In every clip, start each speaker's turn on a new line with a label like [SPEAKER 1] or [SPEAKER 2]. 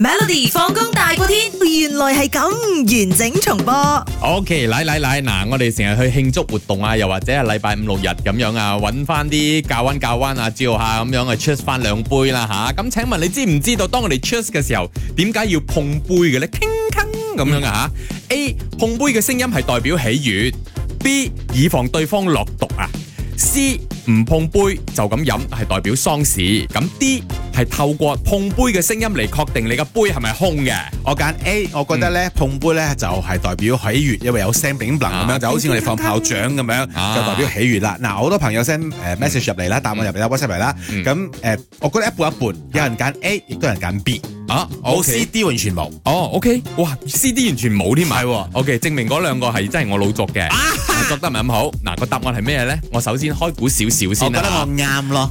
[SPEAKER 1] Melody 放工大過天，原來係咁完整重播。
[SPEAKER 2] OK，嚟嚟嚟，嗱，我哋成日去慶祝活動啊，又或者係禮拜五六日咁樣啊，揾翻啲教灣教灣啊，照下咁樣啊，cheers 翻兩杯啦吓。咁、請問你知唔知道當我哋 cheers 嘅時候，點解要碰杯嘅咧？傾傾咁樣啊吓。A 碰杯嘅聲音係代表喜悅，B 以防對方落毒啊，C 唔碰杯就咁飲係代表喪事，咁 D 係透過碰杯嘅聲音嚟確定你個杯係咪空嘅。
[SPEAKER 3] 我揀 A，我覺得
[SPEAKER 2] 嗯
[SPEAKER 3] 咧碰杯咧就係代表喜悅，因為有聲炳能咁
[SPEAKER 2] 啊
[SPEAKER 3] 樣，就好似我哋放炮仗咁樣，
[SPEAKER 2] 啊
[SPEAKER 3] 就代表喜悅啦。嗱，好多朋友 send 誒 message 入嚟啦，答案入嚟啦，WhatsApp 嚟啦。
[SPEAKER 2] 嗯
[SPEAKER 3] 咁誒，我覺得一半一半，有人揀 A，亦都有人揀 B，
[SPEAKER 2] 啊
[SPEAKER 3] 冇
[SPEAKER 2] OK
[SPEAKER 3] C、D 完全冇。
[SPEAKER 2] 哦，OK，哇，CD 完全冇添啊，
[SPEAKER 3] 係喎
[SPEAKER 2] OK，證明嗰兩個係真係我老作嘅，我作得唔係咁好。嗱，個答案係咩呢？我首先開估少少
[SPEAKER 3] 我
[SPEAKER 2] 先
[SPEAKER 3] 覺得我
[SPEAKER 2] 啦。
[SPEAKER 3] 啱咯，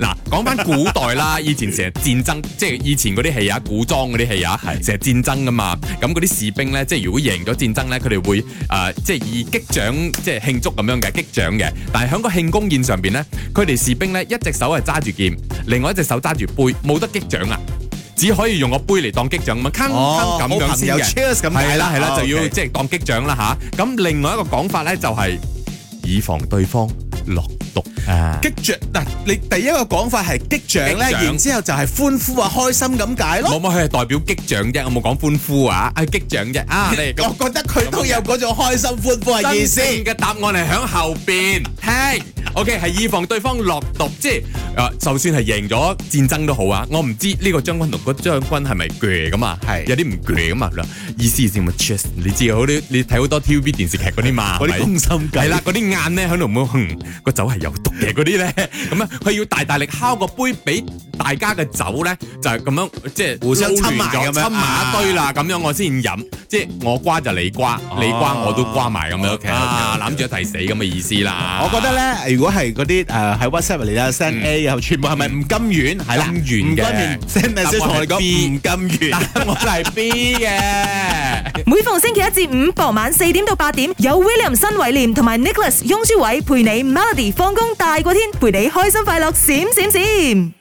[SPEAKER 2] 嗱，講翻古代 啦，以前成日戰爭，即係以前嗰啲戲啊，古裝嗰啲戲啊，成日戰爭噶嘛。咁嗰啲士兵呢，即係如果贏咗戰爭呢，佢哋會誒、呃即係以擊掌即係慶祝咁樣嘅擊掌嘅。但係喺個慶功宴上邊呢，佢哋士兵呢，一隻手係揸住劍，另外一隻手揸住杯，冇得擊掌啊，只可以用個杯嚟當擊掌咁樣，鏗鏗
[SPEAKER 3] 哦，好
[SPEAKER 2] 咁樣
[SPEAKER 3] 朋
[SPEAKER 2] 先
[SPEAKER 3] 友
[SPEAKER 2] 嘅。
[SPEAKER 3] cheers 咁解啊
[SPEAKER 2] 係啦係啦，就要
[SPEAKER 3] OK
[SPEAKER 2] 即係當擊掌啦吓。咁另外一個講法咧就係以防對方落毒啊。
[SPEAKER 3] 擊掌嗱，你第一個講法係擊掌
[SPEAKER 2] 擊
[SPEAKER 3] 咧，
[SPEAKER 2] 掌
[SPEAKER 3] 然之後就係歡呼啊、開心咁解咯
[SPEAKER 2] 冇。冇，佢係代表擊掌啫，我冇講歡呼啊，係擊掌 啫。啊，你咁
[SPEAKER 3] 我覺得佢都有嗰種開心歡呼嘅意思
[SPEAKER 2] 真。正嘅答案係響後邊。嘿，OK，係以防對方落毒，即係誒，就算係贏咗戰爭都好啊。我唔知呢個將軍同嗰將軍係咪鋸咁啊？
[SPEAKER 3] 係
[SPEAKER 2] 有啲唔鋸咁啊。意思意思咪 cheers，你知好啲，你睇好多 TVB 電視劇嗰啲嘛，
[SPEAKER 3] 嗰
[SPEAKER 2] 係咪
[SPEAKER 3] 啲攻心計
[SPEAKER 2] 係啦，嗰啲眼咧喺度冇，哼，個酒係有毒嘅嗰啲 咧，咁啊，佢要大大力敲個杯俾大家嘅酒咧，就係咁樣即係
[SPEAKER 3] 互相
[SPEAKER 2] 撈
[SPEAKER 3] 侵埋
[SPEAKER 2] 亂咗
[SPEAKER 3] 咁樣
[SPEAKER 2] 侵埋一堆啦，咁樣我先飲，即係我瓜就你瓜，你瓜我都瓜埋咁樣
[SPEAKER 3] OK，OK，OK
[SPEAKER 2] 哦啊，攬住一齊死咁嘅意思啦。
[SPEAKER 3] 我覺得咧，如果係嗰啲誒喺 WhatsApp 嚟啦，send A 啊，全部係咪唔甘願？係啦，
[SPEAKER 2] 甘願嘅
[SPEAKER 3] 唔甘願 send message 同我
[SPEAKER 2] 答案係
[SPEAKER 3] 哋講
[SPEAKER 2] B
[SPEAKER 3] 唔甘願。
[SPEAKER 2] 我就係 B 嘅。
[SPEAKER 1] 每逢星期一至五傍晚四點到八點，有 William 新偉廉同埋 Nicholas 雍舒偉陪你 Melody 放工大過天，陪你開心快樂閃閃閃。